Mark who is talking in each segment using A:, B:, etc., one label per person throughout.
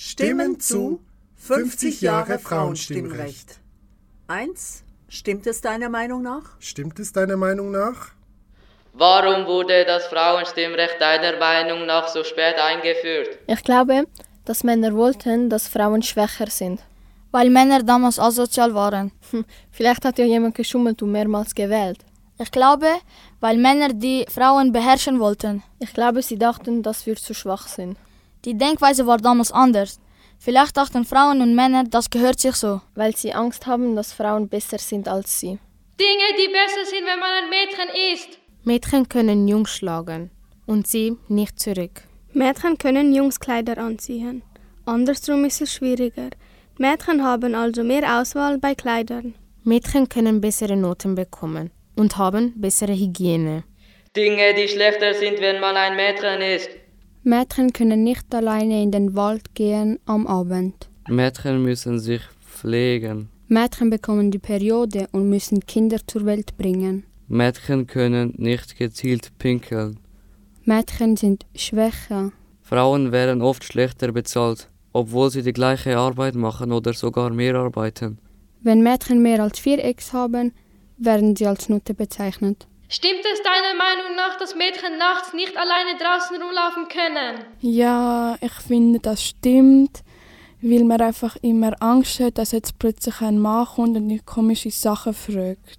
A: Stimmen zu 50 Jahre Frauenstimmrecht.
B: 1. Stimmt es deiner Meinung nach?
A: Stimmt es deiner Meinung nach?
C: Warum wurde das Frauenstimmrecht deiner Meinung nach so spät eingeführt?
D: Ich glaube, dass Männer wollten, dass Frauen schwächer sind.
E: weil Männer damals asozial waren.
D: Hm, vielleicht hat ja jemand geschummelt und mehrmals gewählt.
E: Ich glaube, weil Männer die Frauen beherrschen wollten.
D: Ich glaube, sie dachten, dass wir zu schwach sind.
E: Die Denkweise war damals anders. Vielleicht dachten Frauen und Männer, das gehört sich so.
D: Weil sie Angst haben, dass Frauen besser sind als sie.
F: Dinge, die besser sind, wenn man ein Mädchen ist.
G: Mädchen können Jungs schlagen und sie nicht zurück.
H: Mädchen können Jungskleider anziehen. Andersrum ist es schwieriger. Mädchen haben also mehr Auswahl bei Kleidern.
G: Mädchen können bessere Noten bekommen und haben bessere Hygiene.
C: Dinge, die schlechter sind, wenn man ein Mädchen ist.
I: Mädchen können nicht alleine in den Wald gehen am Abend.
J: Mädchen müssen sich pflegen.
I: Mädchen bekommen die Periode und müssen Kinder zur Welt bringen.
J: Mädchen können nicht gezielt pinkeln.
I: Mädchen sind schwächer.
J: Frauen werden oft schlechter bezahlt, obwohl sie die gleiche Arbeit machen oder sogar mehr arbeiten.
I: Wenn Mädchen mehr als vier Ex haben, werden sie als Nutte bezeichnet.
F: Stimmt es deiner Meinung nach, dass Mädchen nachts nicht alleine draußen rumlaufen können?
K: Ja, ich finde, das stimmt, weil man einfach immer Angst hat, dass jetzt plötzlich ein Mann kommt und die komische Sachen fragt.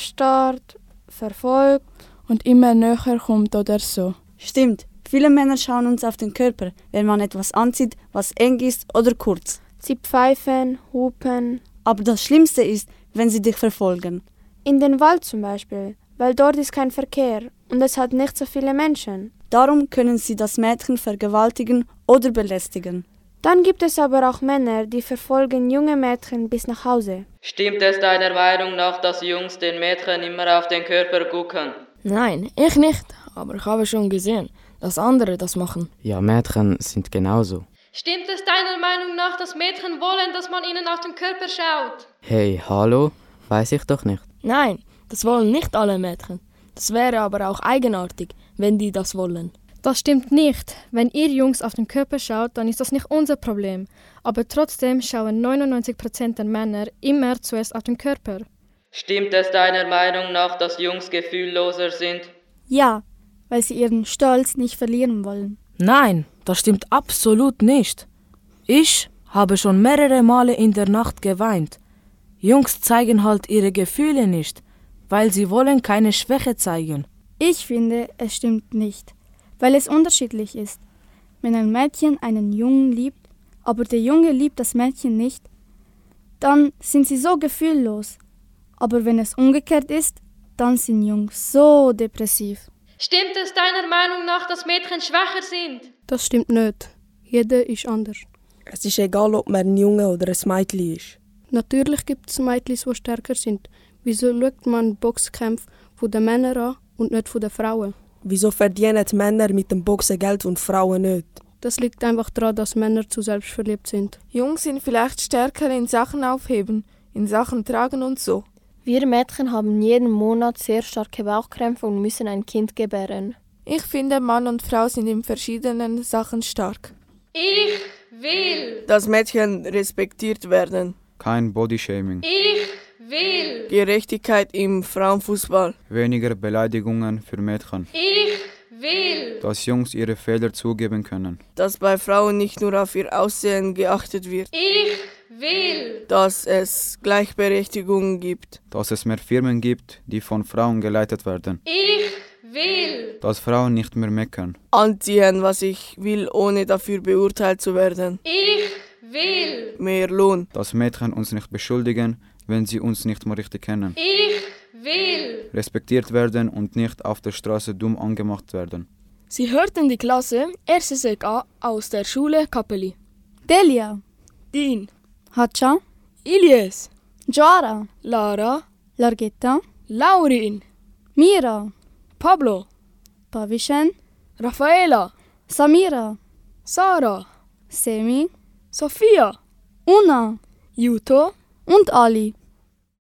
K: Anstarrt, verfolgt und immer näher kommt oder so.
L: Stimmt, viele Männer schauen uns auf den Körper, wenn man etwas anzieht, was eng ist oder kurz.
M: Sie pfeifen, hupen.
L: Aber das Schlimmste ist, wenn sie dich verfolgen.
M: In den Wald zum Beispiel, weil dort ist kein Verkehr und es hat nicht so viele Menschen.
L: Darum können sie das Mädchen vergewaltigen oder belästigen.
M: Dann gibt es aber auch Männer, die verfolgen junge Mädchen bis nach Hause.
C: Stimmt es deiner Meinung nach, dass Jungs den Mädchen immer auf den Körper gucken?
N: Nein, ich nicht, aber ich habe schon gesehen, dass andere das machen.
O: Ja, Mädchen sind genauso.
F: Stimmt es deiner Meinung nach, dass Mädchen wollen, dass man ihnen auf den Körper schaut?
O: Hey, hallo? Weiß ich doch nicht.
G: Nein, das wollen nicht alle Mädchen. Das wäre aber auch eigenartig, wenn die das wollen.
P: Das stimmt nicht. Wenn ihr Jungs auf den Körper schaut, dann ist das nicht unser Problem. Aber trotzdem schauen 99% der Männer immer zuerst auf den Körper.
C: Stimmt es deiner Meinung nach, dass Jungs gefühlloser sind?
E: Ja, weil sie ihren Stolz nicht verlieren wollen.
Q: Nein, das stimmt absolut nicht. Ich habe schon mehrere Male in der Nacht geweint. Jungs zeigen halt ihre Gefühle nicht, weil sie wollen keine Schwäche zeigen.
H: Ich finde, es stimmt nicht, weil es unterschiedlich ist. Wenn ein Mädchen einen Jungen liebt, aber der Junge liebt das Mädchen nicht, dann sind sie so gefühllos. Aber wenn es umgekehrt ist, dann sind Jungs so depressiv.
F: Stimmt es deiner Meinung nach, dass Mädchen schwächer sind?
I: Das stimmt nicht. Jeder ist anders.
R: Es ist egal, ob man ein Junge oder ein Mädchen ist.
I: Natürlich gibt es Mädchen, die stärker sind. Wieso schaut man Boxkämpfe von den Männern an und nicht von den Frauen?
R: Wieso verdienen die Männer mit dem Boxen Geld und Frauen nicht?
I: Das liegt einfach daran, dass Männer zu selbstverliebt sind.
H: Jungs sind vielleicht stärker in Sachen aufheben, in Sachen tragen und so.
D: Wir Mädchen haben jeden Monat sehr starke Bauchkrämpfe und müssen ein Kind gebären.
H: Ich finde, Mann und Frau sind in verschiedenen Sachen stark.
F: Ich will.
R: Dass Mädchen respektiert werden.
S: Kein Bodyshaming.
F: Ich will.
R: Gerechtigkeit im Frauenfußball.
S: Weniger Beleidigungen für Mädchen.
F: Ich will.
S: Dass Jungs ihre Fehler zugeben können.
R: Dass bei Frauen nicht nur auf ihr Aussehen geachtet wird.
F: Ich will.
R: Dass es Gleichberechtigung gibt.
S: Dass es mehr Firmen gibt, die von Frauen geleitet werden.
F: Ich will.
S: Dass Frauen nicht mehr meckern.
R: Anziehen, was ich will, ohne dafür beurteilt zu werden.
F: Ich will.
R: Mehr Lohn.
S: Dass Mädchen uns nicht beschuldigen, wenn sie uns nicht mal richtig kennen.
F: Ich will.
S: Respektiert werden und nicht auf der Straße dumm angemacht werden.
G: Sie hörten die Klasse erstes Eck A aus der Schule Kapeli.
E: Delia,
G: Dean,
E: Hatscha,
G: Ilias,
E: Joara,
G: Lara,
E: Largetta,
G: Laurin,
E: Mira,
G: Pablo,
E: Pavischen,
G: Raffaela,
E: Samira,
G: Sarah,
E: Semi,
G: Sophia,
E: Una
G: Juto,
E: und Ali.